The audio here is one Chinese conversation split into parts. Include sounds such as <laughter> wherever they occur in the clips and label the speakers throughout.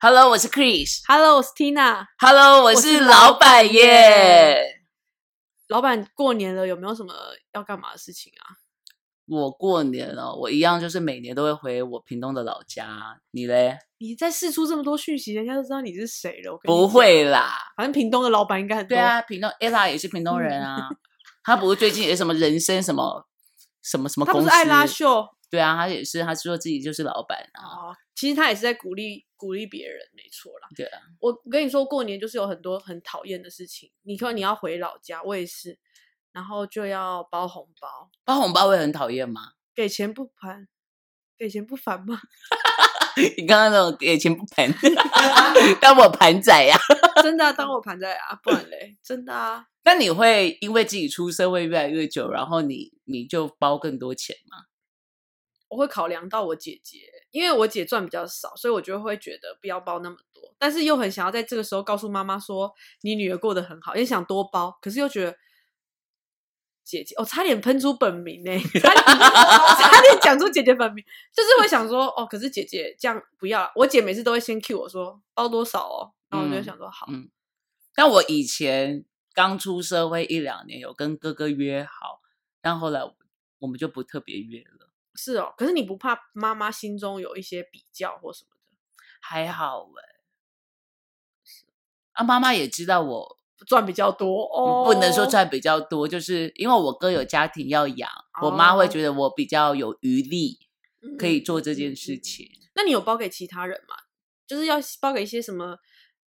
Speaker 1: Hello，我是 Chris。
Speaker 2: Hello，我是 Tina。
Speaker 1: Hello，我
Speaker 2: 我是
Speaker 1: 是老板耶。
Speaker 2: 老板过年了，有没有什么要干嘛的事情啊？
Speaker 1: 我过年了，我一样就是每年都会回我屏东的老家。你嘞？
Speaker 2: 你在试出这么多讯息，人家都知道你是谁了。我跟你
Speaker 1: 不
Speaker 2: 讲，
Speaker 1: 会啦。
Speaker 2: 反正屏东的老板应该很多。
Speaker 1: 对，啊，屏东 ella 也是屏东人啊。 <laughs> 他不是最近有什么人生什么什么什么
Speaker 2: 他
Speaker 1: 公
Speaker 2: 不
Speaker 1: 司？
Speaker 2: 是爱拉秀
Speaker 1: 对啊，他也是，他说自己就是老板啊。
Speaker 2: 哦，其实他也是在鼓励鼓励别人，没错啦。
Speaker 1: 对啊，
Speaker 2: 我我跟你说，过年就是有很多很讨厌的事情。你说你要回老家，我也是，然后就要包红包，
Speaker 1: 包红包会很讨厌吗？ <laughs>
Speaker 2: 给钱不烦，给钱不烦吗？ <laughs>
Speaker 1: 你刚刚那种给钱不 <laughs> 盘，当我盘仔呀、 <laughs>
Speaker 2: 真的啊、当我盘在啊，不然嘞，真的啊。
Speaker 1: 那你会因为自己出社会越来越久，然后你你就包更多钱吗？
Speaker 2: 我会考量到我姐姐，因为我姐赚比较少，所以我就会觉得不要包那么多，但是又很想要在这个时候告诉妈妈说你女儿过得很好，也想多包，可是又觉得姐姐，哦，差点喷出本名呢、差点 <laughs> 差点讲出姐姐本名，就是会想说哦，可是姐姐这样不要，我姐每次都会先 cue 我说包多少哦，然后我就会想说好，
Speaker 1: 嗯但我以前刚出社会一两年，有跟哥哥约好，但后来我们就不特别约了。
Speaker 2: 是哦，可是你不怕妈妈心中有一些比较或什么的，
Speaker 1: 还好哎、啊，妈妈也知道我、嗯
Speaker 2: 赚比较多哦，
Speaker 1: 不能说赚比较多，就是因为我哥有家庭要养，我妈会
Speaker 2: 哦
Speaker 1: 觉得我比较有余力可以
Speaker 2: 嗯
Speaker 1: 做这
Speaker 2: 嗯
Speaker 1: 件
Speaker 2: 嗯
Speaker 1: 事
Speaker 2: 嗯
Speaker 1: 情。
Speaker 2: 那你有包给其他人吗？就是要包给一些什么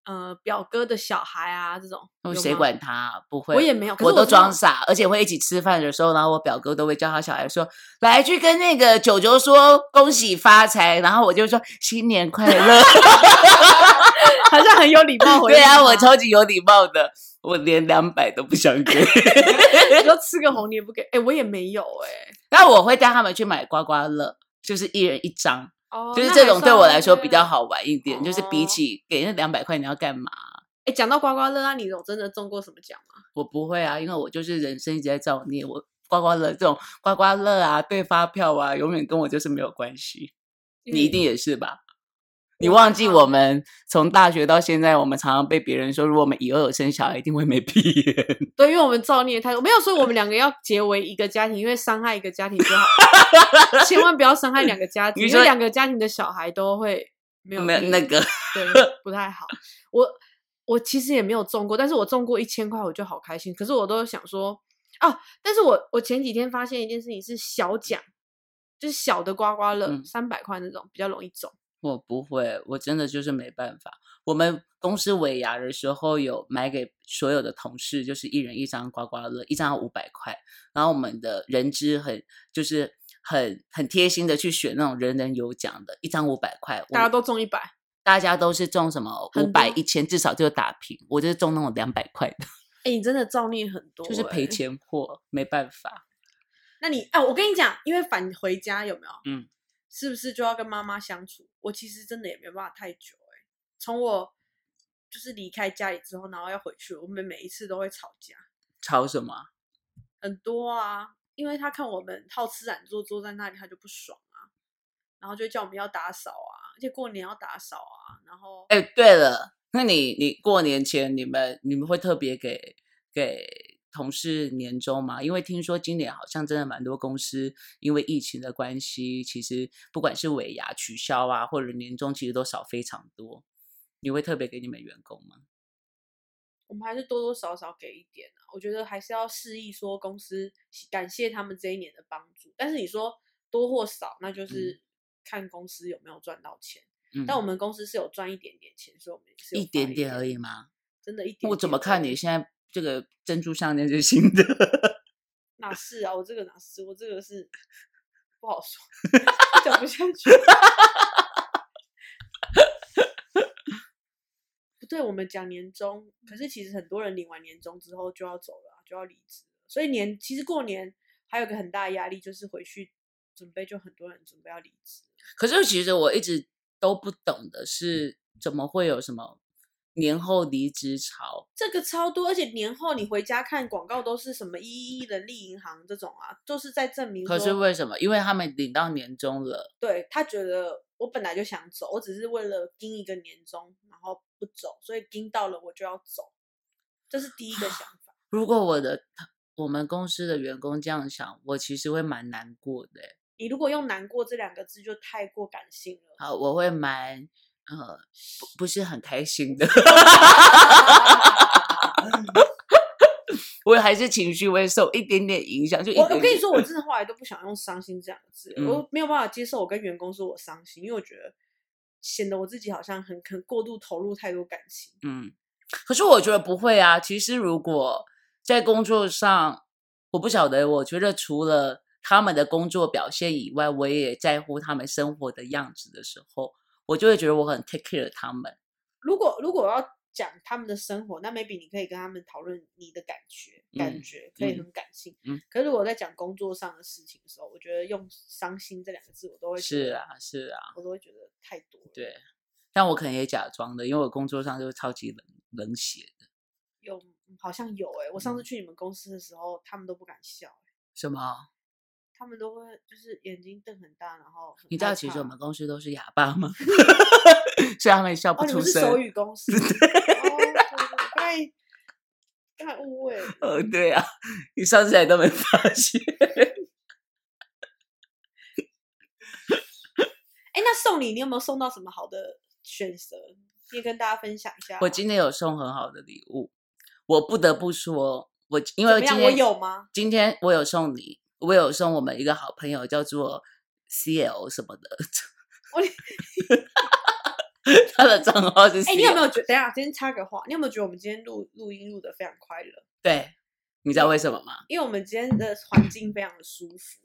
Speaker 2: 呃表哥的小孩啊这种？
Speaker 1: 那
Speaker 2: 有
Speaker 1: 谁
Speaker 2: 吗？
Speaker 1: 管他啊、不会，
Speaker 2: 我也没有可是
Speaker 1: 我
Speaker 2: 我
Speaker 1: 都
Speaker 2: 知道
Speaker 1: 装傻，而且会一起吃饭的时候，然后我表哥都会叫他小孩说：“来去跟那个九九说恭喜发财。”然后我就说：“新年快
Speaker 2: <laughs>
Speaker 1: 乐。
Speaker 2: <laughs> 好像很有礼貌”回应
Speaker 1: 对啊，我
Speaker 2: 他
Speaker 1: 超级有礼貌的，我连两百都不想给。<laughs>
Speaker 2: <laughs> 你说吃个红你也不给，哎、我也没有哎、
Speaker 1: 但我会带他们去买刮刮乐，就是一人一张，
Speaker 2: 哦，
Speaker 1: 就是
Speaker 2: 那
Speaker 1: 这
Speaker 2: 还
Speaker 1: 种对
Speaker 2: 算
Speaker 1: 我来说
Speaker 2: OK
Speaker 1: 比较
Speaker 2: 啊。
Speaker 1: 好玩一点。就是比
Speaker 2: 哦
Speaker 1: 起给那两百块，你要干嘛？
Speaker 2: 哎、讲到刮刮乐，那你有真的中过什么奖吗？
Speaker 1: 我不会啊，因为我就是人生一直在造孽。我刮刮乐这种刮刮乐啊，对发票啊，永远跟我就是没有关系。你一定也是吧？你
Speaker 2: 我
Speaker 1: 忘
Speaker 2: 还
Speaker 1: 记
Speaker 2: 好
Speaker 1: 我们从大学到现在，我们常常被别人说，如果我们以后有生小孩，一定会没屁眼。
Speaker 2: 对，因为我们造孽太多，没有说我们两个要结为一个家庭，因为伤害一个家庭就好了， <laughs> 千万不要伤害两个家庭，
Speaker 1: 你
Speaker 2: 因为
Speaker 1: 说
Speaker 2: 两个家庭的小孩都会没有
Speaker 1: 没有
Speaker 2: 力
Speaker 1: 那个， <laughs>
Speaker 2: 对，不太好。我我其实也没有中过，但是我中过一千块，我就好开心。可是我都想说，哦，但是我我前几天发现一件事情是小奖，就是小的刮刮乐
Speaker 1: 嗯，
Speaker 2: 三百块那种比较容易中。
Speaker 1: 我不会，我真的就是没办法。我们公司尾牙的时候有买给所有的同事，就是一人一张刮刮乐，一张五百块。然后我们的人资很就是很很贴心的去选那种人人有奖的，一张五百块，我
Speaker 2: 大家都中一百，
Speaker 1: 大家都是中什么
Speaker 2: 很
Speaker 1: 五百
Speaker 2: 多
Speaker 1: 一千，至少就打平。我就是中那种两百块的，
Speaker 2: 哎、你真的造孽很多、
Speaker 1: 就是赔
Speaker 2: 欸。
Speaker 1: 钱货，没办法。
Speaker 2: 那你哎、我跟你讲，因为返回家有没有？
Speaker 1: 嗯，
Speaker 2: 是不是就要跟妈妈相处？我其实真的也没办法太久哎、从我就是离开家里之后，然后要回去，我们每一次都会吵架。
Speaker 1: 吵什么？啊
Speaker 2: 很多啊，因为他看我们好吃懒做坐在那里，他就不爽啊，然后就叫我们要打扫啊，而且过年要打扫啊，然后
Speaker 1: 哎、对了，那你你过年前你们你们会特别给给同事年终吗？因为听说今年好像真的蛮多公司因为疫情的关系，其实不管是尾牙取消啊，或者年终，其实都少非常多。你会特别给你们员工吗？
Speaker 2: 我们还是多多少少给一点啊，我觉得还是要示意说公司感谢他们这一年的帮助，但是你说多或少，那就是看公司有没有赚到钱。
Speaker 1: 嗯，
Speaker 2: 但我们公司是有赚一点点钱，所以我们也是有
Speaker 1: 一
Speaker 2: 发
Speaker 1: 点点而已
Speaker 2: 嘛，
Speaker 1: 吗？
Speaker 2: 真的一点点。
Speaker 1: 我怎么看你？现在这个珍珠项链是新的？ <laughs>
Speaker 2: 哪是啊？我这个哪是？我这个是不好说，讲不下去。不对，我们讲年终，可是其实很多人领完年终之后就要走了啊，就要离职了，所以年其实过年还有个很大的压力，就是回去准备，就很多人准备要离职。
Speaker 1: 可是其实我一直都不懂的是，怎么会有什么年后离职潮？
Speaker 2: 这个超多，而且年后你回家看广告都是什么一一一人力银行这种啊，就是在证明说。
Speaker 1: 可是为什么？因为他们领到年终了，
Speaker 2: 对他觉得我本来就想走，我只是为了盯一个年终，然后不走，所以盯到了我就要走，这是第一个想法。
Speaker 1: 如果我的我们公司的员工这样想，我其实会蛮难过的欸。
Speaker 2: 你如果用难过这两个字，就太过感性
Speaker 1: <laughs>
Speaker 2: 了。
Speaker 1: 啊，我会蛮呃不不是很开心的， <laughs> 我还是情绪会受一点点影响，就一
Speaker 2: 我
Speaker 1: 点
Speaker 2: 我跟你
Speaker 1: 点
Speaker 2: 说，我真的后来都不想用伤心这两个字，
Speaker 1: 嗯
Speaker 2: 我没有办法接受我跟员工说我伤心，因为我觉得显得我自己好像很很过度投入太多感情。
Speaker 1: 嗯，可是我觉得不会啊。其实如果在工作上，我不晓得，我觉得除了他们的工作表现以外，我也在乎他们生活的样子的时候，我就会觉得我很 take care 他们。
Speaker 2: 如果如果要讲他们的生活，那 maybe 你可以跟他们讨论你的感觉，感
Speaker 1: 嗯
Speaker 2: 觉可以
Speaker 1: 嗯
Speaker 2: 很感性。
Speaker 1: 嗯
Speaker 2: 可是如果在讲工作上的事情的时候，我觉得用伤心这两个字，我都会觉
Speaker 1: 是
Speaker 2: 得
Speaker 1: 啊，是啊，
Speaker 2: 我都会觉得太多了。
Speaker 1: 对。但我可能也假装的，因为我工作上就是超级冷冷血的。
Speaker 2: 有嗯好像有哎、我上
Speaker 1: 嗯
Speaker 2: 次去你们公司的时候，他们都不敢笑欸、
Speaker 1: 什么？
Speaker 2: 他们都会就是眼睛瞪很大，然后很
Speaker 1: 你知道
Speaker 2: 害
Speaker 1: 其实
Speaker 2: 怕
Speaker 1: 我们公司都是哑巴
Speaker 2: <laughs>
Speaker 1: 吗？所以他们笑
Speaker 2: 哦，
Speaker 1: 不
Speaker 2: 你
Speaker 1: 出
Speaker 2: 们是
Speaker 1: 声。
Speaker 2: 手语
Speaker 1: <laughs>
Speaker 2: 公司，哦，对对对刚才刚才
Speaker 1: <laughs>
Speaker 2: 误会了，
Speaker 1: 哦，对啊，你上次还都没发现。
Speaker 2: 哎，那送礼你有没有送到什么好的选择？你也跟大家分享一下。
Speaker 1: 我今天有送很好的礼物，我不得不说，我因
Speaker 2: 怎
Speaker 1: 为
Speaker 2: 么
Speaker 1: 今
Speaker 2: 样
Speaker 1: 天
Speaker 2: 我有吗？
Speaker 1: 今天我有送你，我有送我们一个好朋友叫做 CL 什么的，
Speaker 2: <laughs> 我
Speaker 1: 他的账号是 CL。
Speaker 2: 哎、你有没有觉等一下，今天插个话，你有没有觉得我们今天录录音录的非常快乐？
Speaker 1: 对，你知道为什么吗？
Speaker 2: 因为我们今天的环境非常的舒服。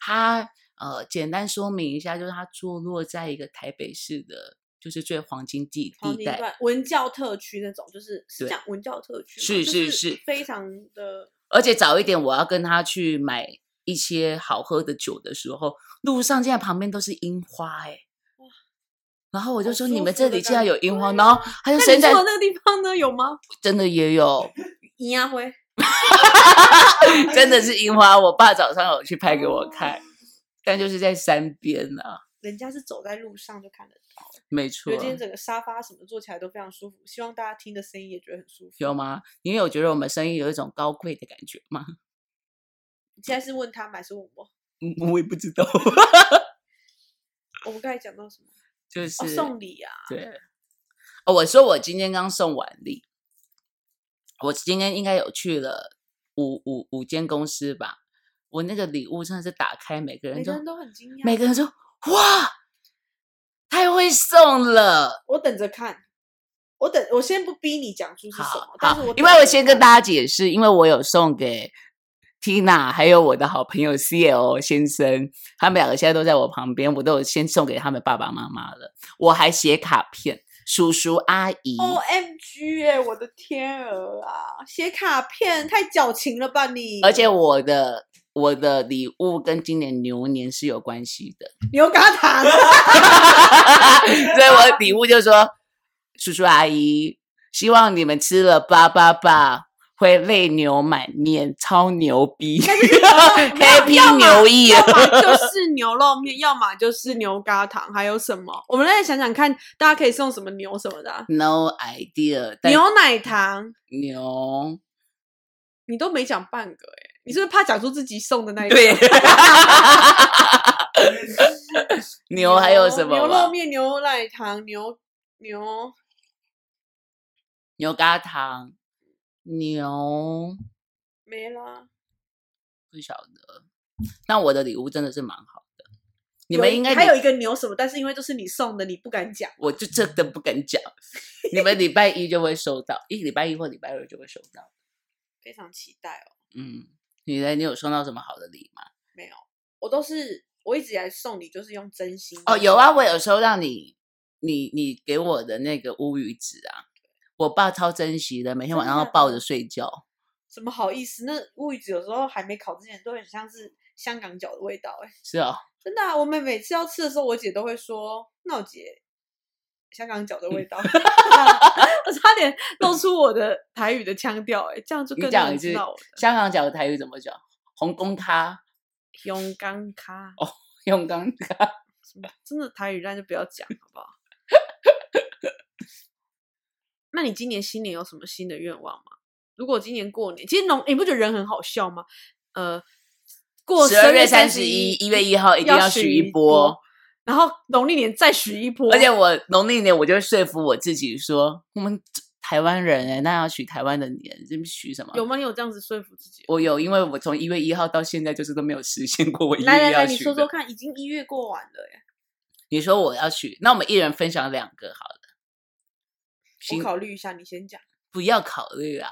Speaker 1: 他呃，简单说明一下，就是他坐落在一个台北市的，就是最黄金地
Speaker 2: 黄
Speaker 1: 地
Speaker 2: 金
Speaker 1: 带，
Speaker 2: 段文教特区那种，就是是
Speaker 1: 对
Speaker 2: 讲文教特区吗，
Speaker 1: 是
Speaker 2: 就是
Speaker 1: 是
Speaker 2: 非常的
Speaker 1: 而且早一点我要跟他去买一些好喝的酒的时候，路上竟然旁边都是樱花哎、然后我就
Speaker 2: 好
Speaker 1: 说
Speaker 2: 舒
Speaker 1: 你们
Speaker 2: 服
Speaker 1: 这
Speaker 2: 的
Speaker 1: 里竟然
Speaker 2: 感
Speaker 1: 有
Speaker 2: 觉
Speaker 1: 樱花，
Speaker 2: 对
Speaker 1: 然后
Speaker 2: 啊
Speaker 1: 他就
Speaker 2: 那
Speaker 1: 现
Speaker 2: 你
Speaker 1: 在
Speaker 2: 住的那个地方呢，有吗？
Speaker 1: 真的也
Speaker 2: <laughs>
Speaker 1: 有，
Speaker 2: 银牙灰
Speaker 1: <laughs> 真的是樱花。我爸早上有去拍给我看，但就是在山边啊，
Speaker 2: 人家是走在路上就看得到了，
Speaker 1: 没错啊
Speaker 2: 觉得。今天整个沙发什么坐起来都非常舒服，希望大家听的声音也觉得很舒服。
Speaker 1: 有？吗？你有觉得我们声音有一种高贵的感觉吗？
Speaker 2: 你现在是问他们还是问我？
Speaker 1: 嗯我也不知道，
Speaker 2: 我们刚才讲到什么？
Speaker 1: <laughs> 就是、
Speaker 2: 哦，送礼啊，
Speaker 1: 对，哦，我说我今天刚送完礼，我今天应该有去了五五五间公司吧。我那个礼物真的是打开，每个人
Speaker 2: 每
Speaker 1: 就
Speaker 2: 个人都很惊讶。
Speaker 1: 每个人就哇，太会送了。
Speaker 2: 我等着看，我等我先不逼你讲出是什
Speaker 1: 好
Speaker 2: 么，，但是
Speaker 1: 好
Speaker 2: 我，
Speaker 1: 因为我先跟大
Speaker 2: 家
Speaker 1: 家解释，因为我有送给 Tina 还有我的好朋友 CL 先生，他们两个现在都在我旁边，我都有先送给他们爸爸妈妈了，我还写卡片，叔叔阿姨。
Speaker 2: O M G 哎、我的天鹅啊，写卡片太矫情了吧你？
Speaker 1: 而且我的我的礼物跟今年牛年是有关系的， <laughs>
Speaker 2: 牛轧糖，
Speaker 1: 所以我礼物就说，叔叔阿姨，希望你们吃了八八八会泪流满面，超牛逼，Happy 牛意
Speaker 2: 要么就是牛肉面，要么就是牛轧糖，还有什么？我们再想想看，大家可以送什么牛什么的啊、
Speaker 1: ，No idea，但
Speaker 2: 牛奶糖，
Speaker 1: 牛
Speaker 2: 你都没讲半个哎、你是不是怕讲出自己送的那一个？ <laughs>
Speaker 1: 对。 <laughs> 牛还有什么
Speaker 2: 牛
Speaker 1: 吗
Speaker 2: 肉面、牛奶糖、牛牛
Speaker 1: 牛轧糖，牛
Speaker 2: 没啦。
Speaker 1: 不晓得。那我的礼物真的是蛮好的，你
Speaker 2: 有
Speaker 1: 们
Speaker 2: 一
Speaker 1: 应该
Speaker 2: 还
Speaker 1: 礼
Speaker 2: 有一个牛什么，但是因为都是你送的，你不敢讲。
Speaker 1: 我就真的不敢
Speaker 2: <laughs>
Speaker 1: 讲。你们礼拜一就会收到，一礼拜一或礼拜二就会收到。
Speaker 2: 非常期待哦，
Speaker 1: 嗯，你呢？你有收到什么好的礼吗？
Speaker 2: 没有，我都是我一直以来送礼就是用真心
Speaker 1: 哦，有啊，我有收到你你你给我的那个乌鱼子啊，我爸超珍惜的，每天晚
Speaker 2: 真
Speaker 1: 上
Speaker 2: 的
Speaker 1: 都抱
Speaker 2: 吗
Speaker 1: 着睡觉。
Speaker 2: 怎么好意思？那乌鱼子有时候还没烤之前都很像是香港脚的味道哎、
Speaker 1: 是哦，
Speaker 2: 真的啊！我们每次要吃的时候，我姐都会说：“闹姐，香港脚的味
Speaker 1: <laughs>
Speaker 2: 道。 <laughs> 我差点露出我的台语的腔调哎、这样就
Speaker 1: 你
Speaker 2: 更
Speaker 1: 讲
Speaker 2: 让
Speaker 1: 一
Speaker 2: 人
Speaker 1: 句
Speaker 2: 知道我的
Speaker 1: 香港讲的台语怎么讲？红公咖，
Speaker 2: 勇敢咖
Speaker 1: 用刚咖，
Speaker 2: 什么真的台语烂就不要讲，好不好？ <laughs> 那你今年新年有什么新的愿望吗？如果今年过年，其实农你不觉得人很好笑吗？呃，过
Speaker 1: 十二
Speaker 2: 生
Speaker 1: 月三十
Speaker 2: 十
Speaker 1: 一、
Speaker 2: 一
Speaker 1: 一月一号一定
Speaker 2: 要
Speaker 1: 许
Speaker 2: 一
Speaker 1: 一波。，
Speaker 2: 然后农历年再许一波，
Speaker 1: 而且我农历年我就说服我自己说，我们台湾人哎、那要许台湾的年，这许什么？
Speaker 2: 有吗？你有这样子说服自己吗？
Speaker 1: 我有，因为我从一月一号到现在就是都没有实现过我一月
Speaker 2: 来来
Speaker 1: 一
Speaker 2: 来，
Speaker 1: 要
Speaker 2: 你
Speaker 1: 许
Speaker 2: 说
Speaker 1: 的。
Speaker 2: 说看，已经一月过完了耶，
Speaker 1: 你说我要许，那我们一人分享两个好了。
Speaker 2: 我
Speaker 1: 行，
Speaker 2: 考虑一下，你先讲。
Speaker 1: 不要考虑啊！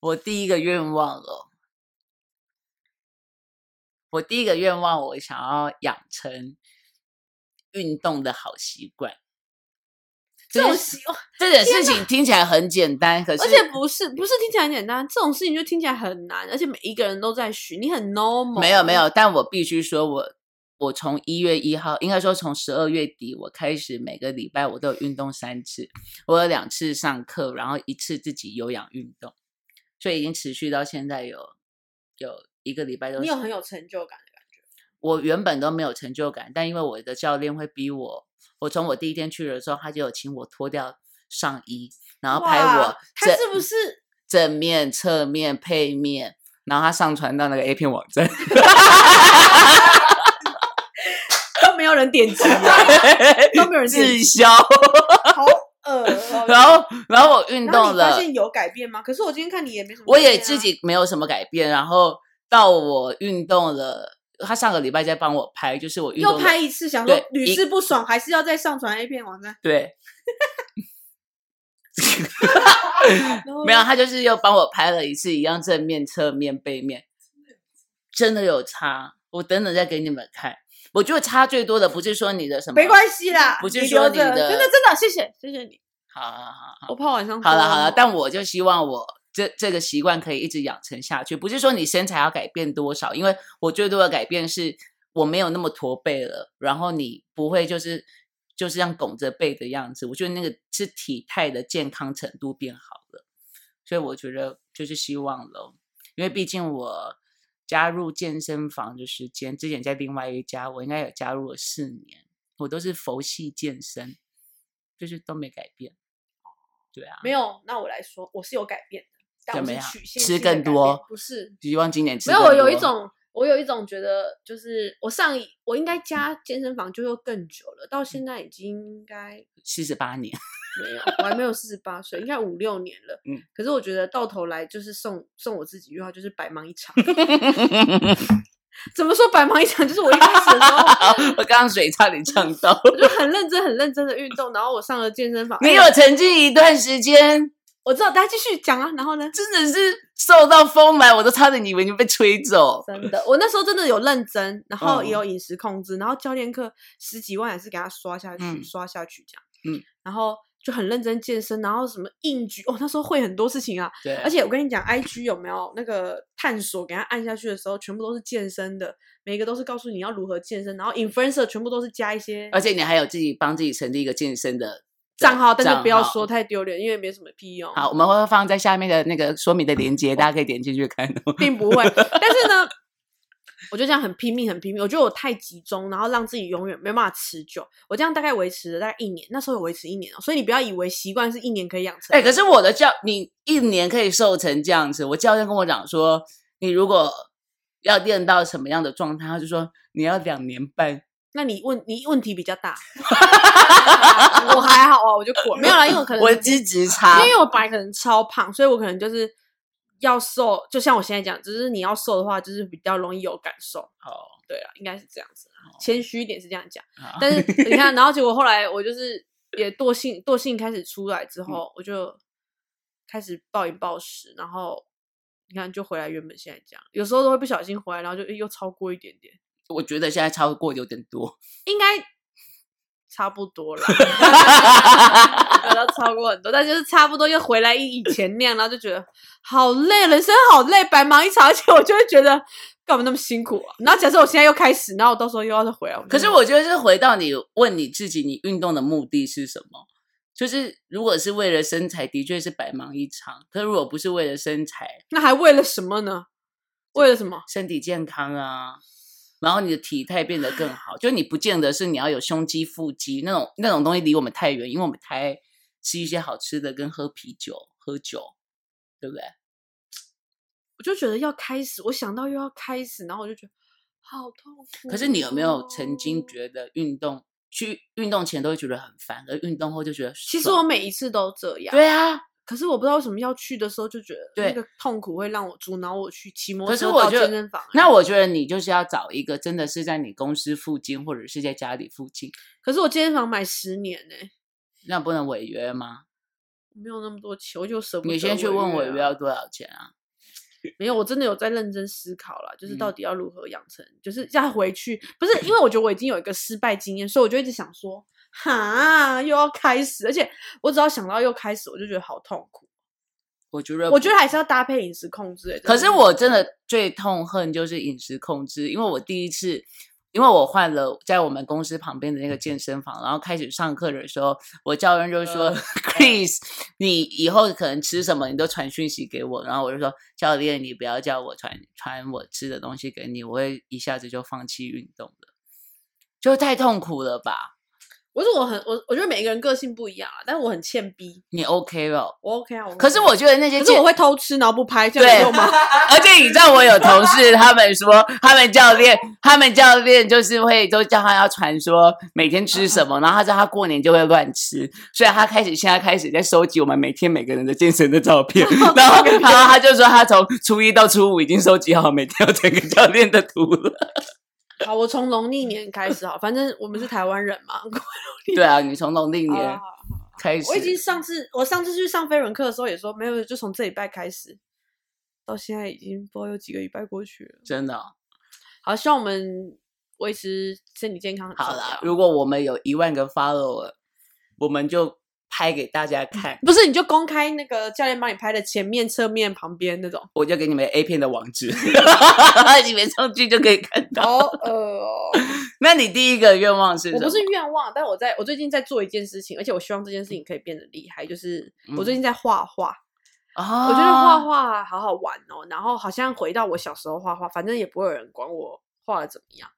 Speaker 1: 我第一个愿望哦，我第一个愿望，我想要养成运动的好习惯。这
Speaker 2: 这种
Speaker 1: 件
Speaker 2: 习惯，
Speaker 1: 这件事情听起来很简单，可是
Speaker 2: 而且不是不是听起来很简单，这种事情就听起来很难，而且每一个人都在许，你很 normal。
Speaker 1: 没有没，有，但我必须说我，我从一月一号，应该说从十二月底，我开始每个礼拜我都有运动三次，我有两次上课，然后一次自己有氧运动，所以已经持续到现在有有一个礼拜都
Speaker 2: 你
Speaker 1: 是。
Speaker 2: 有很有成就感的感觉。
Speaker 1: 我原本都没有成就感，但因为我的教练会逼我，我从我第一天去的时候，他就有请我脱掉上衣，然后拍
Speaker 2: 哇
Speaker 1: 我嗯
Speaker 2: 他
Speaker 1: 正
Speaker 2: 是不是
Speaker 1: 正面、侧面、背面，然后他上传到那个 A 片网站。
Speaker 2: 都没有人点击啊？ <laughs>
Speaker 1: <laughs>
Speaker 2: 都没有人
Speaker 1: 滞
Speaker 2: 点击，
Speaker 1: 销。
Speaker 2: 好恶哦
Speaker 1: 然后，然后我运
Speaker 2: 然后
Speaker 1: 动
Speaker 2: 你发
Speaker 1: 了，
Speaker 2: 现有改变吗？可是我今天看你也没什么、啊
Speaker 1: 我也自。己没有什么改变。然后到我运动了，他上个礼拜在帮我拍，就是我运动
Speaker 2: 又
Speaker 1: 了
Speaker 2: 拍一次，想说
Speaker 1: 对
Speaker 2: 屡
Speaker 1: 一
Speaker 2: 试不爽，还是要再上传 A 片网站。
Speaker 1: 对，
Speaker 2: 然后
Speaker 1: 嗯没有，他啊就是又帮我拍了一次，一样正面、侧面、背面，真的有差。我等等再给你们看。我觉得差最多的不是说你的什么，
Speaker 2: 没关系啦，
Speaker 1: 不是
Speaker 2: 你
Speaker 1: 说
Speaker 2: 留
Speaker 1: 你
Speaker 2: 着
Speaker 1: 的
Speaker 2: 真的真的，谢谢谢谢你，
Speaker 1: 好好好好。
Speaker 2: 我怕晚上
Speaker 1: 好了
Speaker 2: 做
Speaker 1: 好了，
Speaker 2: 梦
Speaker 1: 但我就希望我这这个习惯可以一直养成下去，不是说你身材要改变多少，因为我最多的改变是我没有那么驼背了，然后你不会就是就是像拱着背的样子，我觉得那个是体态的健康程度变好了，所以我觉得就是希望咯，因为毕竟我。加入健身房的时间，之前在另外一家，我应该有加入了四年，我都是佛系健身，就是都没改变。对啊，
Speaker 2: 没有。那我来说，我是有改变的，但
Speaker 1: 怎
Speaker 2: 我
Speaker 1: 么
Speaker 2: 是
Speaker 1: 样
Speaker 2: 曲线
Speaker 1: 吃
Speaker 2: 性的
Speaker 1: 更
Speaker 2: 改
Speaker 1: 多
Speaker 2: 变不是
Speaker 1: 希望今年吃
Speaker 2: 没有，
Speaker 1: 更
Speaker 2: 我有一
Speaker 1: 多
Speaker 2: 种，我有一种觉得，就是我上一我应该加健身房就又更久了，到
Speaker 1: 嗯
Speaker 2: 现在已经应该
Speaker 1: 四十八年， <laughs>
Speaker 2: 没有，我还没有四十八岁，应该五六年了。
Speaker 1: 嗯
Speaker 2: 可是我觉得到头来就是送送我自己一句话，就是白忙一
Speaker 1: <laughs>
Speaker 2: 场。怎么说白忙一场？就是我一开始的时候，
Speaker 1: 我刚刚水差点呛 <laughs> 到。
Speaker 2: 我就很认真、很认真的运动，然后我上了健身房。
Speaker 1: 你
Speaker 2: 哎
Speaker 1: 有
Speaker 2: 呀
Speaker 1: 沉浸一段时间，
Speaker 2: 我知道，大家继续讲啊。然后呢？
Speaker 1: 真的是受到风来，我都差点以为你被吹走。
Speaker 2: 真的，我那时候真的有认真，然后也
Speaker 1: 嗯
Speaker 2: 有饮食控制，然后教练课十几万也是给他刷下去，
Speaker 1: 嗯
Speaker 2: 刷下去这样。
Speaker 1: 嗯，
Speaker 2: 然后就很认真健身，然后什么硬举，哦，那时候会很多事情啊。
Speaker 1: 对，
Speaker 2: 而且我跟你讲，IG 有没有那个探索给他按下去的时候，全部都是健身的，每一个都是告诉你要如何健身，然后 influencer 全部都是加一些
Speaker 1: 而且你还有自己帮自己成立一个健身的
Speaker 2: 账号，但是不要
Speaker 1: 账号
Speaker 2: 说太丢脸，因为没什么屁用。
Speaker 1: 好，我们会放在下面的那个说明的链接，大家可以点进去看 <laughs> 哦。
Speaker 2: 并不会。但是呢，我就这样很拼命，很拼命。我觉得我太集中，然后让自己永远没办法持久。我这样大概维持了大概一年，那时候有维持一年哦、所以你不要以为习惯是一年可以养成。
Speaker 1: 哎、可是我的教你一年可以瘦成这样子，我教练跟我讲说，你如果要练到什么样的状态，他就说你要两年半。
Speaker 2: 那你问你问题比较
Speaker 1: <laughs>
Speaker 2: 大，我还好啊，我就滚没有啦，因为我可能
Speaker 1: 我啊资质
Speaker 2: 因
Speaker 1: 差，
Speaker 2: 为我本来可能超胖，所以我可能就是要瘦，就像我现在讲，就是你要瘦的话，就是比较容易有感受。
Speaker 1: 哦，
Speaker 2: 对啊，应该是这样子啦，谦虚一点是这样讲。
Speaker 1: 好
Speaker 2: 但是你看，然后结果后来我就是也惰性，惰性开始出来
Speaker 1: 嗯
Speaker 2: 之后，我就开始暴饮暴食，然后你看就回来原本现在这样，有时候都会不小心回来，然后就诶又超过一点点，
Speaker 1: 我觉得现在超过有点多。
Speaker 2: 应该差不多了， <laughs> 没有到超过很多，但就是差不多又回来以以前那样，然后就觉得好累，人生好累，白忙一场，而且我就会觉得干嘛那么辛苦啊？然后假设我现在又开始，然后我到时候又要再回来，就
Speaker 1: 可是
Speaker 2: 会
Speaker 1: 我觉得是回到你问你自己，你运动的目的是什么？就是如果是为了身材，的确是百忙一场；可如果不是为了身材，
Speaker 2: 那还为了什么呢？为了什么？
Speaker 1: 身体健康啊，然后你的体态变得更好。就你不见得是你要有胸肌、腹肌那种那种东西离我们太远，因为我们太爱吃一些好吃的跟喝啤酒、喝酒，对不对？
Speaker 2: 我就觉得要开始，我想到又要开始，然后我就觉得好痛苦。哦
Speaker 1: 可是你有没有曾
Speaker 2: 嗯
Speaker 1: 经？觉得运动去运动前都会觉得很烦，而运动后就觉得
Speaker 2: 其实
Speaker 1: 爽
Speaker 2: 我每一次都这样，
Speaker 1: 对啊，
Speaker 2: 可是我不知道为什么要去的时候就觉得
Speaker 1: 对
Speaker 2: 那个痛苦会让我阻挠我去骑摩
Speaker 1: 可
Speaker 2: 托
Speaker 1: 是
Speaker 2: 车
Speaker 1: 我
Speaker 2: 到
Speaker 1: 觉得
Speaker 2: 健身房欸。
Speaker 1: 那我觉得你就是要找一个真的是在你公司附近或者是在家里附近，
Speaker 2: 可是我健身房买十年呢、
Speaker 1: 那不能违约吗？
Speaker 2: 我没有那么多钱，我就舍不得、
Speaker 1: 你先去问违
Speaker 2: 违
Speaker 1: 约要多少钱啊？
Speaker 2: 没有，我真的有在认真思考啦，就是到
Speaker 1: 嗯
Speaker 2: 底要如何养成，就是要回去，不是因为我觉得我已经有一个失败经验，所以我就一直想说，哈，又要开始，而且我只要想到又开始，我就觉得好痛苦。
Speaker 1: 我觉得
Speaker 2: 我觉得还是要搭配饮食控制、欸。
Speaker 1: 呃可是我真的最痛恨就是饮食控制，因为我第一次，因为我换了在我们公司旁边的那个健身房，然后开始上课的时候，我教练就说、 <laughs>
Speaker 2: 呃
Speaker 1: Chris，你以后可能吃什么你都传讯息给我，然后我就说教练，你不要叫我传传我吃的东西给你，我会一下子就放弃运动的，就太痛苦了吧？
Speaker 2: 我是我很我我觉得每个人个性不一样啊，但是我很欠逼，
Speaker 1: 你 OK 了？
Speaker 2: 我 OK 啊。我
Speaker 1: 可是
Speaker 2: OK
Speaker 1: 我觉得那些
Speaker 2: 可是
Speaker 1: 健
Speaker 2: 我会偷吃，然后不拍，这
Speaker 1: 对
Speaker 2: 样有用
Speaker 1: <laughs>
Speaker 2: 吗？
Speaker 1: 而且你知道，我有同事他们说，他们教练，他们教练就是会都叫他要传说每天吃什么，然后他知道他过年就会乱吃，所以他开始现在开始在收集我们每天每个人的健身的照
Speaker 2: <laughs>
Speaker 1: 片，然后然后他就说他从初一到初五已经收集好每天要整个教练的图
Speaker 2: <laughs>
Speaker 1: 了。
Speaker 2: 好，我从农历年开始好，反正我们是台湾人嘛。
Speaker 1: 对啊，你从农历
Speaker 2: 好啦
Speaker 1: 年
Speaker 2: 好啦
Speaker 1: 开始，
Speaker 2: 我已经上次我上次去上飞轮课的时候也说没有，就从这礼拜开始，到现在已经不知道有几个礼拜过去了。
Speaker 1: 真的哦、
Speaker 2: 好，希望我们维持身体健康很重
Speaker 1: 好
Speaker 2: 要。
Speaker 1: 了。如果我们有一万个 follower，我们就拍给大家看，
Speaker 2: 不是你就公开那个教练帮你拍的前面、侧面、旁边那
Speaker 1: <laughs>
Speaker 2: 种。
Speaker 1: 我就给你们 A 片的网址， <laughs> 你们上去就可以看到。
Speaker 2: 好恶哦！
Speaker 1: <laughs> 那你第一个愿望是什
Speaker 2: 我
Speaker 1: 么？
Speaker 2: 不是愿望，但我在我最近在做一件事情，而且我希望这件事情可以变得厉害，就是
Speaker 1: 嗯
Speaker 2: 我最近在画画。
Speaker 1: 啊
Speaker 2: 我觉得画画好好玩哦，然后好像回到我小时候画画，反正也不会有人管我画的怎么样，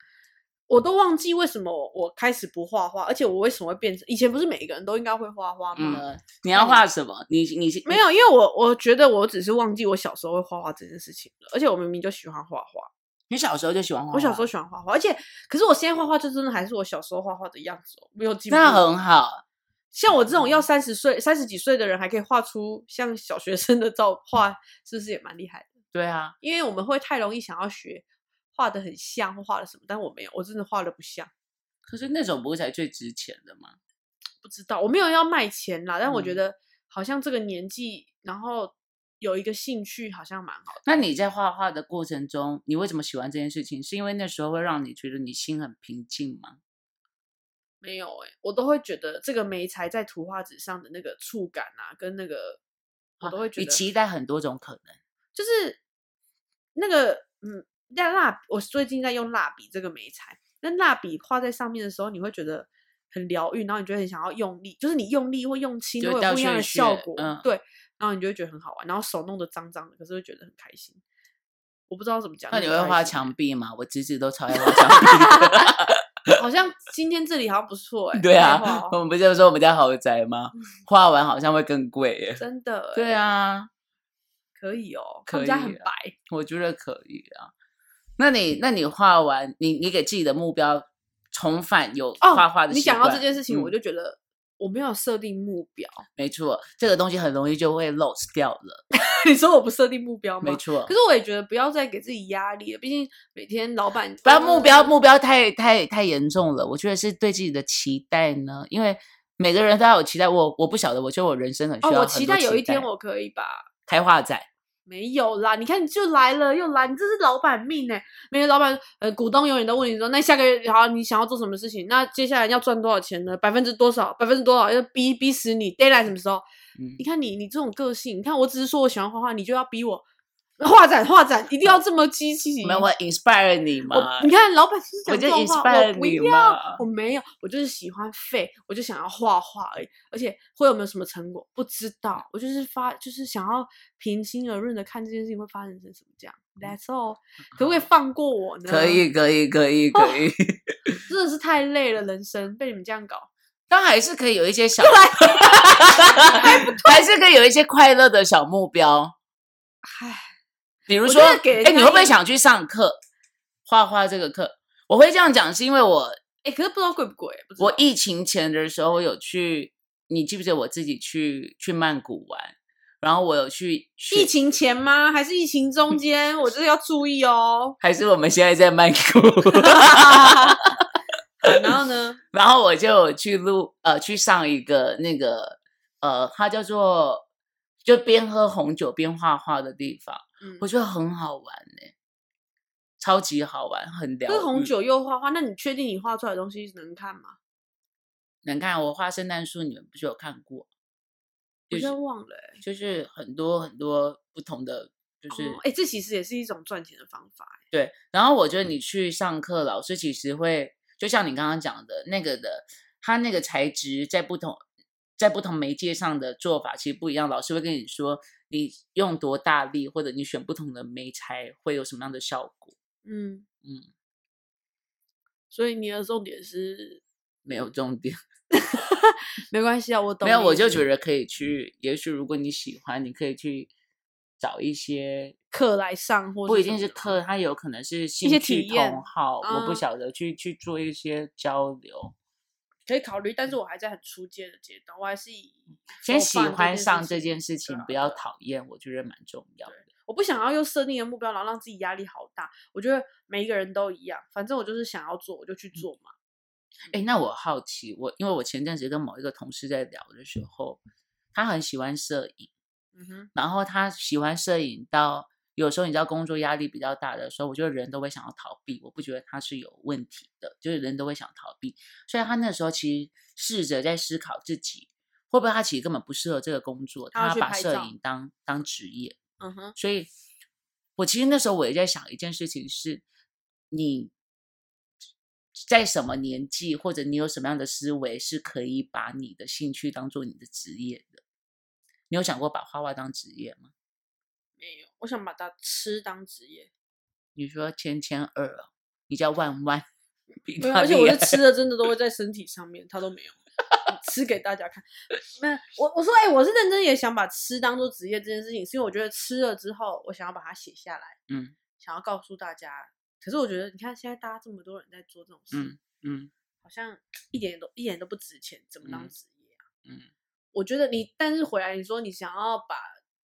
Speaker 2: 我都忘记为什么我我开始不画画，而且我为什么会变成以前不是每一个人都应该会画画吗？
Speaker 1: 嗯，你要画什么？你你是
Speaker 2: 没？有，因为我我觉得我只是忘记我小时候会画画这件事情了，而且我明明就喜欢画画，
Speaker 1: 你小时候就喜欢画画？
Speaker 2: 我小时候喜欢画画，而且可是我现在画画就真的还是我小时候画画的样子、哦，没有进步。
Speaker 1: 那很好，
Speaker 2: 像我这种要三十岁、三十几岁的人，还可以画出像小学生的照画，是不是也蛮厉害的？
Speaker 1: 对啊，
Speaker 2: 因为我们会太容易想要学画的很像或画的什么，但我没有，我真的画的不像，
Speaker 1: 可是那种不是才最值钱的吗？
Speaker 2: 不知道，我没有要卖钱啦，但我觉
Speaker 1: 嗯
Speaker 2: 得好像这个年纪，然后有一个兴趣好像蛮好的。
Speaker 1: 那你在画画的过程中，你为什么喜欢这件事情？是因为那时候会让你觉得你心很平静吗？
Speaker 2: 没有哎、我都会觉得这个眉材在图画纸上的那个触感啊，跟那个我
Speaker 1: 啊
Speaker 2: 都会觉
Speaker 1: 你
Speaker 2: 得，
Speaker 1: 期待很多种可能。
Speaker 2: 就是那个嗯，那蜡，我最近在用蜡笔这个眉材，那蜡笔画在上面的时候，你会觉得很疗愈，然后你就会很想要用力，就是你用力或用轻
Speaker 1: 就
Speaker 2: 会有
Speaker 1: 掉
Speaker 2: 不一样
Speaker 1: 屑
Speaker 2: 的效
Speaker 1: 屑
Speaker 2: 果，
Speaker 1: 嗯
Speaker 2: 对，然后你就会觉得很好玩，然后手弄得脏脏的，可是会觉得很开心。我不知道怎么讲，
Speaker 1: 那你
Speaker 2: 很
Speaker 1: 会
Speaker 2: 开
Speaker 1: 画
Speaker 2: 心
Speaker 1: 墙壁吗？我侄子都超爱画 <laughs> 墙壁的。
Speaker 2: 欸？好像今天这里好像
Speaker 1: <laughs>
Speaker 2: 不错哎、
Speaker 1: 对
Speaker 2: 可以画嗯
Speaker 1: 啊
Speaker 2: 哦，
Speaker 1: 我们不是说我们家豪宅吗？画完好像会更贵耶。
Speaker 2: 真的、哎
Speaker 1: 对，啊，
Speaker 2: 可以哦，
Speaker 1: 可
Speaker 2: 他们家很
Speaker 1: 以啊
Speaker 2: 白。
Speaker 1: 我觉得可以啊。那你那你画完，你你给自己的目标重返有
Speaker 2: 哦，
Speaker 1: 画画的
Speaker 2: 你
Speaker 1: 习惯、
Speaker 2: 讲到这件事情，
Speaker 1: 嗯
Speaker 2: 我就觉得我没有设定目
Speaker 1: <laughs>
Speaker 2: 标。
Speaker 1: 没错，这个东西很容易就会 lost 掉了。
Speaker 2: 你说我不设定目标吗
Speaker 1: 没？错
Speaker 2: 可，是我也觉得不要再给自己压力了，毕竟每天老板
Speaker 1: 不要目标
Speaker 2: 嗯
Speaker 1: 目标太太太严重了。我觉得是对自己的期待呢，因为每个人都要有期待。我我不晓得，我觉得我人生很需
Speaker 2: 哦，
Speaker 1: 要
Speaker 2: 我
Speaker 1: 很多
Speaker 2: 期
Speaker 1: 期
Speaker 2: 待有一天我可以吧？
Speaker 1: 开画展。
Speaker 2: 没有啦，你看你就来了又来，你这是老板命哎、每个老板呃股东永远都问你说，那下个月好你想要做什么事情？那接下来要赚多少钱呢？百分之多少？百分之多少？要逼逼死你，deadline 什么时候？
Speaker 1: 嗯
Speaker 2: 你，看你你这种个性，你看我只是说我喜欢画画，你就要逼我画展画展，一定要这么积极。
Speaker 1: 哦没有我 inspire 你嘛
Speaker 2: 我？你看，老板是讲
Speaker 1: 我就
Speaker 2: 这种话，我
Speaker 1: inspire
Speaker 2: 不
Speaker 1: 你
Speaker 2: 要
Speaker 1: 嘛，
Speaker 2: 我没有，我就是喜欢废，我就想要画画而已，而且会有没有什么成果不知道，我就是发，就是想要平心而论的看这件事情会发生成什么这样， That's all，可不可以放过我呢？
Speaker 1: 嗯可，以，可以，可以，可
Speaker 2: <laughs>
Speaker 1: 以。
Speaker 2: 真的是太累了，人生被你们这样搞，
Speaker 1: 当然还是可以有一些小， <laughs> 还是可以有一些快乐的小目标，
Speaker 2: 唉，
Speaker 1: 比如
Speaker 2: 我
Speaker 1: 说，
Speaker 2: 觉得给人
Speaker 1: 哎，你
Speaker 2: 家
Speaker 1: 会不会
Speaker 2: 一
Speaker 1: 想去上课画画这个课？我会这样讲是因为我
Speaker 2: 哎、可是不知道贵不贵，不知道
Speaker 1: 我疫情前的时候有去，你记不记得我自己去去曼谷玩，然后我有去学
Speaker 2: 疫情前吗？还是疫
Speaker 1: <laughs>
Speaker 2: 情中间？我真的要注意哦。 <laughs>
Speaker 1: 还是我们现在在曼谷， <laughs>
Speaker 2: 然后呢？
Speaker 1: 然后我就有去录呃去上一个那个呃，它叫做就边喝红酒边画画的地方，
Speaker 2: 嗯
Speaker 1: 我，觉得很好玩呢、超级好玩，很疗愈。
Speaker 2: 喝红酒又画画，那你确定你画出来的东西能看吗？
Speaker 1: 能看我画圣诞树，你们不是有看过？就
Speaker 2: 我
Speaker 1: 是
Speaker 2: 真的忘了、欸。
Speaker 1: 就是很多很多不同的，就是、
Speaker 2: 哦，哎、这其实也是一种赚钱的方法、欸。
Speaker 1: 对，然后我觉得你去上课，老师其实会，就像你刚刚讲的那个的，他那个材质在不同在不同媒介上的做法其实不一样。老师会跟你说，你用多大力，或者你选不同的媒材会有什么样的效果。
Speaker 2: 嗯
Speaker 1: 嗯，
Speaker 2: 所以你的重点是
Speaker 1: 没有重点，
Speaker 2: 没关系啊，我懂
Speaker 1: 没
Speaker 2: 你意
Speaker 1: 有，
Speaker 2: 思。
Speaker 1: 我就觉得可以去，也许如果你喜欢，你可以去找一些
Speaker 2: 课来上或
Speaker 1: 不
Speaker 2: 是
Speaker 1: 一
Speaker 2: 什
Speaker 1: 定
Speaker 2: 么
Speaker 1: 是
Speaker 2: 的
Speaker 1: 课，它有可能是兴
Speaker 2: 些
Speaker 1: 趣
Speaker 2: 体验
Speaker 1: 同好，我不
Speaker 2: 嗯
Speaker 1: 晓得去去做一些交流。
Speaker 2: 可以考虑，但是我还在很初阶的阶段，我还是以
Speaker 1: 先
Speaker 2: 我
Speaker 1: 喜
Speaker 2: 放这
Speaker 1: 欢
Speaker 2: 件事
Speaker 1: 上这
Speaker 2: 情
Speaker 1: 件事情
Speaker 2: 啊，
Speaker 1: 不要讨厌，我觉得蛮重要的。
Speaker 2: 我不想要用设定的目标，然后让自己压力好大。我觉得每一个人都一样，反正我就是想要做，我就
Speaker 1: 嗯
Speaker 2: 去做嘛。
Speaker 1: 哎，那我好奇，我因为我前阵子跟某一个同事在聊的时候，他很喜欢摄影，
Speaker 2: 嗯哼，
Speaker 1: 然后他喜欢摄影到有时候你知道工作压力比较大的时候，我觉得人都会想要逃避，我不觉得他是有问题的，就是人都会想逃避，所以他那时候其实试着在思考自己会不会他其实根本不适合这个工作，
Speaker 2: 他要
Speaker 1: 他
Speaker 2: 去
Speaker 1: 把
Speaker 2: 拍
Speaker 1: 摄
Speaker 2: 照
Speaker 1: 影当当职业。
Speaker 2: 嗯哼，
Speaker 1: 所以我其实那时候我也在想一件事情是，你在什么年纪，或者你有什么样的思维，是可以把你的兴趣当做你的职业的？你有想过把画画当职业吗？
Speaker 2: 没有，我想把它吃当职业，
Speaker 1: 你说千千二哦，你叫万万，比
Speaker 2: 没有，
Speaker 1: 他
Speaker 2: 而且
Speaker 1: 厉
Speaker 2: 我是
Speaker 1: 害
Speaker 2: 吃的，真的都会在身体上面，它都没有。吃给大家看，没有我我说哎、我是认真也想把吃当做职业这件事情，是因为我觉得吃了之后，我想要把它写下来，
Speaker 1: 嗯
Speaker 2: 想要告诉大家。可是我觉得，你看现在大家这么多人在做这种事，
Speaker 1: 嗯嗯
Speaker 2: 好像一点都一点都不值钱，怎么当
Speaker 1: 嗯
Speaker 2: 职业啊？
Speaker 1: 嗯，
Speaker 2: 我觉得你，但是回来你说你想要把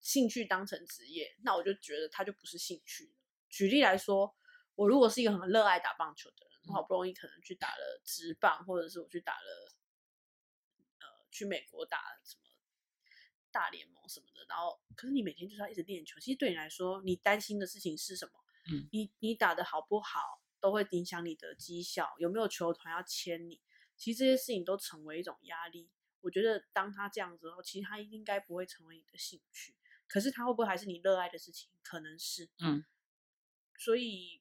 Speaker 2: 兴趣当成职业，那我就觉得它就不是兴趣了。举例来说，我如果是一个很热爱打棒球的人，我好不容易可能去打了职棒，或者是我去打了，呃，去美国打什么大联盟什么的，然后可是你每天就是要一直练球，其实对你来说，你担心的事情是什么？
Speaker 1: 嗯，
Speaker 2: 你你打的好不好都会影响你的绩效，有没有球团要签你，其实这些事情都成为一种压力。我觉得当他这样之后，其实他应该不会成为你的兴趣，可是他会不会还是你热爱的事情？可能是，
Speaker 1: 嗯，
Speaker 2: 所以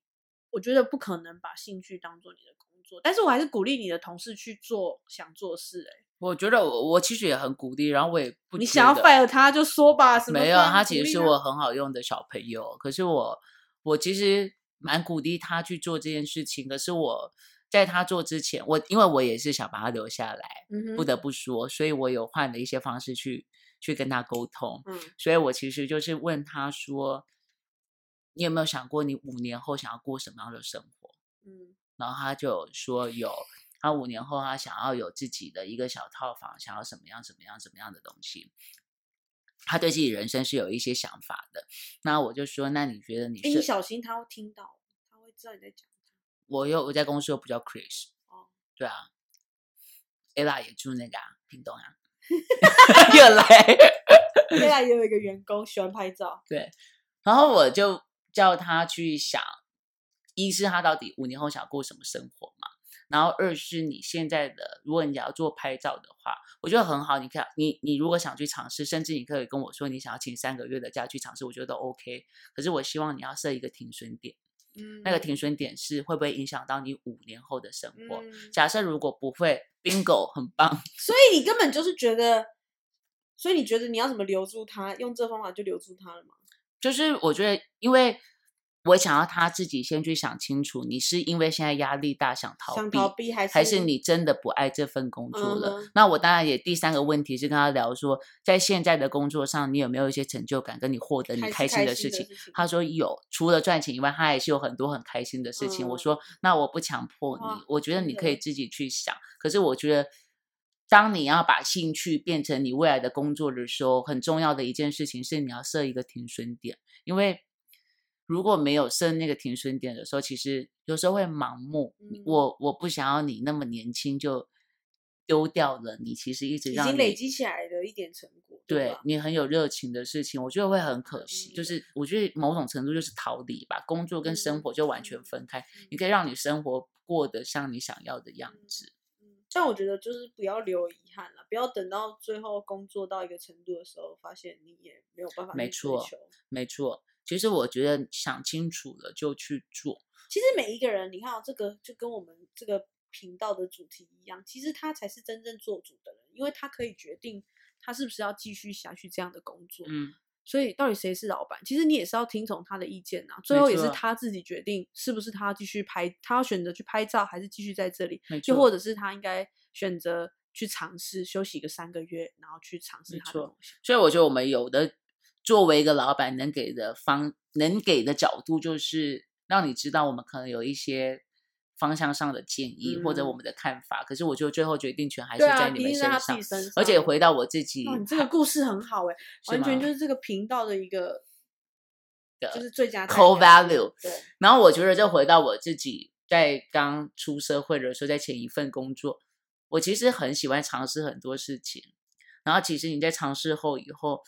Speaker 2: 我觉得不可能把兴趣当做你的工作，但是我还是鼓励你的同事去做想做的事、欸。
Speaker 1: 我觉得我我其实也很鼓励，然后我也不
Speaker 2: 你
Speaker 1: 觉
Speaker 2: 想要
Speaker 1: 得
Speaker 2: fire 他就说吧，什么
Speaker 1: 没
Speaker 2: 不
Speaker 1: 有，啊
Speaker 2: 然
Speaker 1: 他
Speaker 2: 鼓
Speaker 1: 其实
Speaker 2: 励
Speaker 1: 是
Speaker 2: 他
Speaker 1: 我很好用的小朋友。可是我，我其实蛮鼓励他去做这件事情。可是我在他做之前，我因为我也是想把他留下来，
Speaker 2: 嗯哼
Speaker 1: 不得不说，所以我有换了一些方式去去跟他沟通。
Speaker 2: 嗯
Speaker 1: 所以我其实就是问他说：“你有没有想过你五年后想要过什么样的生活？”
Speaker 2: 嗯
Speaker 1: 然后他就有说有，他五年后他想要有自己的一个小套房，想要什么样什么样什么样的东西。他对自己人生是有一些想法的，那我就说，那你觉得你
Speaker 2: 哎、你
Speaker 1: 是？
Speaker 2: 小心他会听到，他会知道你在
Speaker 1: <laughs>
Speaker 2: 讲
Speaker 1: 我又我在公司又不叫 Chris，
Speaker 2: 哦
Speaker 1: 对啊，ella 也住那个啊，屏
Speaker 2: <laughs>
Speaker 1: 东啊， <laughs> 又来，
Speaker 2: 他。未来也有一个员工喜欢拍照，
Speaker 1: 然后我就叫他去想，一是他到底五年后想过什么生活嘛，然后二是你现在的，如果你要做拍照的话，我觉得很好。你看，你你如果想去尝试，甚至你可以跟我说你想要请三个月的假去尝试，我觉得都 OK。可是我希望你要设一个停损点，
Speaker 2: 嗯，
Speaker 1: 那个停损点是会不会影响到你五年后的生活？
Speaker 2: 嗯
Speaker 1: 假设如果不会，bingo，很棒。
Speaker 2: 所以你根本就是觉得，所以你觉得你要怎么留住他，用这方法就留住他了吗？
Speaker 1: 就是我觉得，因为我想要他自己先去想清楚，你是因为现在压力大想逃
Speaker 2: 想
Speaker 1: 避，
Speaker 2: 逃避还是
Speaker 1: 还是你真的不爱这份工作了？
Speaker 2: 嗯哼
Speaker 1: 那我当然也第三个问题是跟他聊说，在现在的工作上，你有没有一些成就感，跟你获得你
Speaker 2: 还
Speaker 1: 开
Speaker 2: 是
Speaker 1: 心
Speaker 2: 开
Speaker 1: 的
Speaker 2: 心
Speaker 1: 事
Speaker 2: 的
Speaker 1: 情
Speaker 2: 事情？
Speaker 1: 他说有，除了赚钱以外，他还是有很多很开心的事情。
Speaker 2: 嗯
Speaker 1: 我说那我不强迫你
Speaker 2: 哇，
Speaker 1: 我觉得
Speaker 2: 真
Speaker 1: 你
Speaker 2: 的
Speaker 1: 可以自己去想。可是我觉得，当你要把兴趣变成你未来的工作的时候，很重要的一件事情是你要设一个停损点，因为如果没有设那个停损点的时候，其实有时候会盲目。
Speaker 2: 嗯
Speaker 1: 我我不想要你那么年轻就丢掉了你，其实一直
Speaker 2: 已
Speaker 1: 让
Speaker 2: 经
Speaker 1: 你
Speaker 2: 累积起来的一点成果，
Speaker 1: 对
Speaker 2: 吧？
Speaker 1: 你很有热情的事情，我觉得会很可惜。就
Speaker 2: 嗯
Speaker 1: 是我觉得某种程度就是逃离吧，工作跟生活就完全
Speaker 2: 嗯
Speaker 1: 分开，你
Speaker 2: 嗯
Speaker 1: 可以让你生活过得像你想要的样子。
Speaker 2: 嗯但我觉得就是不要留遗憾了，不要等到最后工作到一个程度的时候，发现你也没有办法
Speaker 1: 没
Speaker 2: 去追
Speaker 1: 错
Speaker 2: 求。
Speaker 1: 没错，其实我觉得想清楚了就去做。
Speaker 2: 其实每一个人，你看、哦、这个就跟我们这个频道的主题一样，其实他才是真正做主的人，因为他可以决定他是不是要继续下去这样的工作。
Speaker 1: 嗯，
Speaker 2: 所以到底谁是老板？其实你也是要听从他的意见啊，最后也
Speaker 1: 错
Speaker 2: 是他自己决定是不是他要继续拍，他要选择去拍照，还是继续在这里，
Speaker 1: 没
Speaker 2: 又或
Speaker 1: 错，
Speaker 2: 者是他应该选择去尝试休息个三个月，然后去尝试
Speaker 1: 没
Speaker 2: 他的
Speaker 1: 错
Speaker 2: 东西。
Speaker 1: 所以我觉得我们有的作为一个老板，能给的方能给的角度，就是让你知道我们可能有一些。方向上的建议、或者我
Speaker 2: 嗯
Speaker 1: 们的看法，可是我觉得最后决定权还是
Speaker 2: 对啊，
Speaker 1: 在
Speaker 2: 一
Speaker 1: 你们
Speaker 2: 定
Speaker 1: 身
Speaker 2: 在他
Speaker 1: 上，
Speaker 2: 自己身上。
Speaker 1: 而且回到我自己
Speaker 2: 哇，
Speaker 1: 还，
Speaker 2: 哦你这个故事很好哎、
Speaker 1: 是
Speaker 2: 完全
Speaker 1: 吗
Speaker 2: 就是这个频道的一个，
Speaker 1: 的
Speaker 2: 就是最佳代
Speaker 1: core
Speaker 2: 表性
Speaker 1: value
Speaker 2: 对，
Speaker 1: 然后我觉得，就回到我自己在刚出社会的时候，在前一份工作，我其实很喜欢尝试很多事情。然后，其实你在尝试后以后，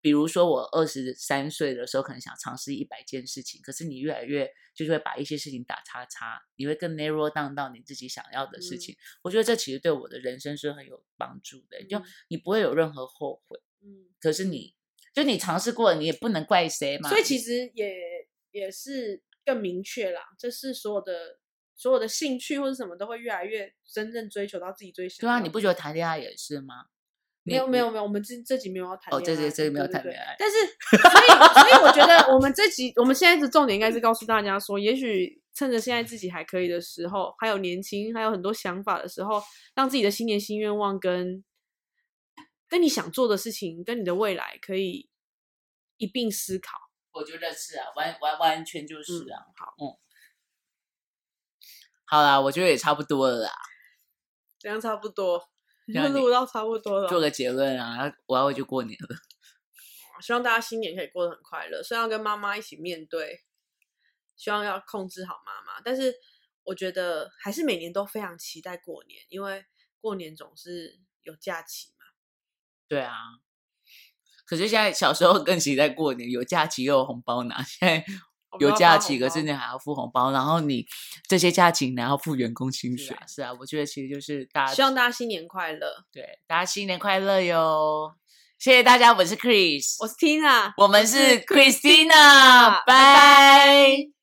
Speaker 1: 比如说我二十三岁的时候，可能想尝试一百件事情，可是你越来越就是会把一些事情打叉叉，你会更 narrow down 到你自己想要的事
Speaker 2: 嗯
Speaker 1: 情。我觉得这其实对我的人生是很有帮助的，就
Speaker 2: 嗯
Speaker 1: 你不会有任何后悔。
Speaker 2: 嗯，
Speaker 1: 可是你就你尝试过了，你也不能怪谁嘛。
Speaker 2: 所以其实也也是更明确啦，这是所有的所有的兴趣或者什么都会越来越真正追求到自己最想
Speaker 1: 对
Speaker 2: 要
Speaker 1: 啊，
Speaker 2: 的。
Speaker 1: 你不觉得谈恋爱也是吗？
Speaker 2: 没有没有没有，我们这这集没有要谈
Speaker 1: 哦，
Speaker 2: 恋爱，
Speaker 1: 这这这个没有
Speaker 2: 对
Speaker 1: 谈
Speaker 2: 对对
Speaker 1: 恋爱，
Speaker 2: 但是，所以，所以我觉得我们这集，我们现在的重点应该是告诉大家说，也许趁着现在自己还可以的时候，还有年轻，还有很多想法的时候，让自己的新年新愿望跟跟你想做的事情，跟你的未来可以一并思考。
Speaker 1: 我觉得是啊，完完完全就是
Speaker 2: 嗯
Speaker 1: 啊。
Speaker 2: 好，
Speaker 1: 好啦，我觉得也差不多了啦，
Speaker 2: 这样差不多，
Speaker 1: 这样你
Speaker 2: 录到差不多了
Speaker 1: 做。个结论啊，我要回去过年了。 <laughs>
Speaker 2: 希望大家新年可以过得很快乐，虽然要跟妈妈一起面对，希望要控制好妈妈，但是我觉得还是每年都非常期待过年，因为过年总是有假期嘛。
Speaker 1: 对啊，可是现在小时候更期待过年，有假期又有红包拿。现在
Speaker 2: 我们
Speaker 1: 有
Speaker 2: 要
Speaker 1: 假
Speaker 2: 发红
Speaker 1: 期，可
Speaker 2: 包
Speaker 1: 是你还要付红包，然后你这些假期你还要付员工薪水。
Speaker 2: 是啊
Speaker 1: 啊是啊，我觉得其实就是大家
Speaker 2: 希望大家新年快乐。
Speaker 1: 对大家新年快乐哟！谢谢大家，我是 Chris，
Speaker 2: 我是 Tina，
Speaker 1: 我们
Speaker 2: 是
Speaker 1: 是 Christina，拜
Speaker 2: 拜拜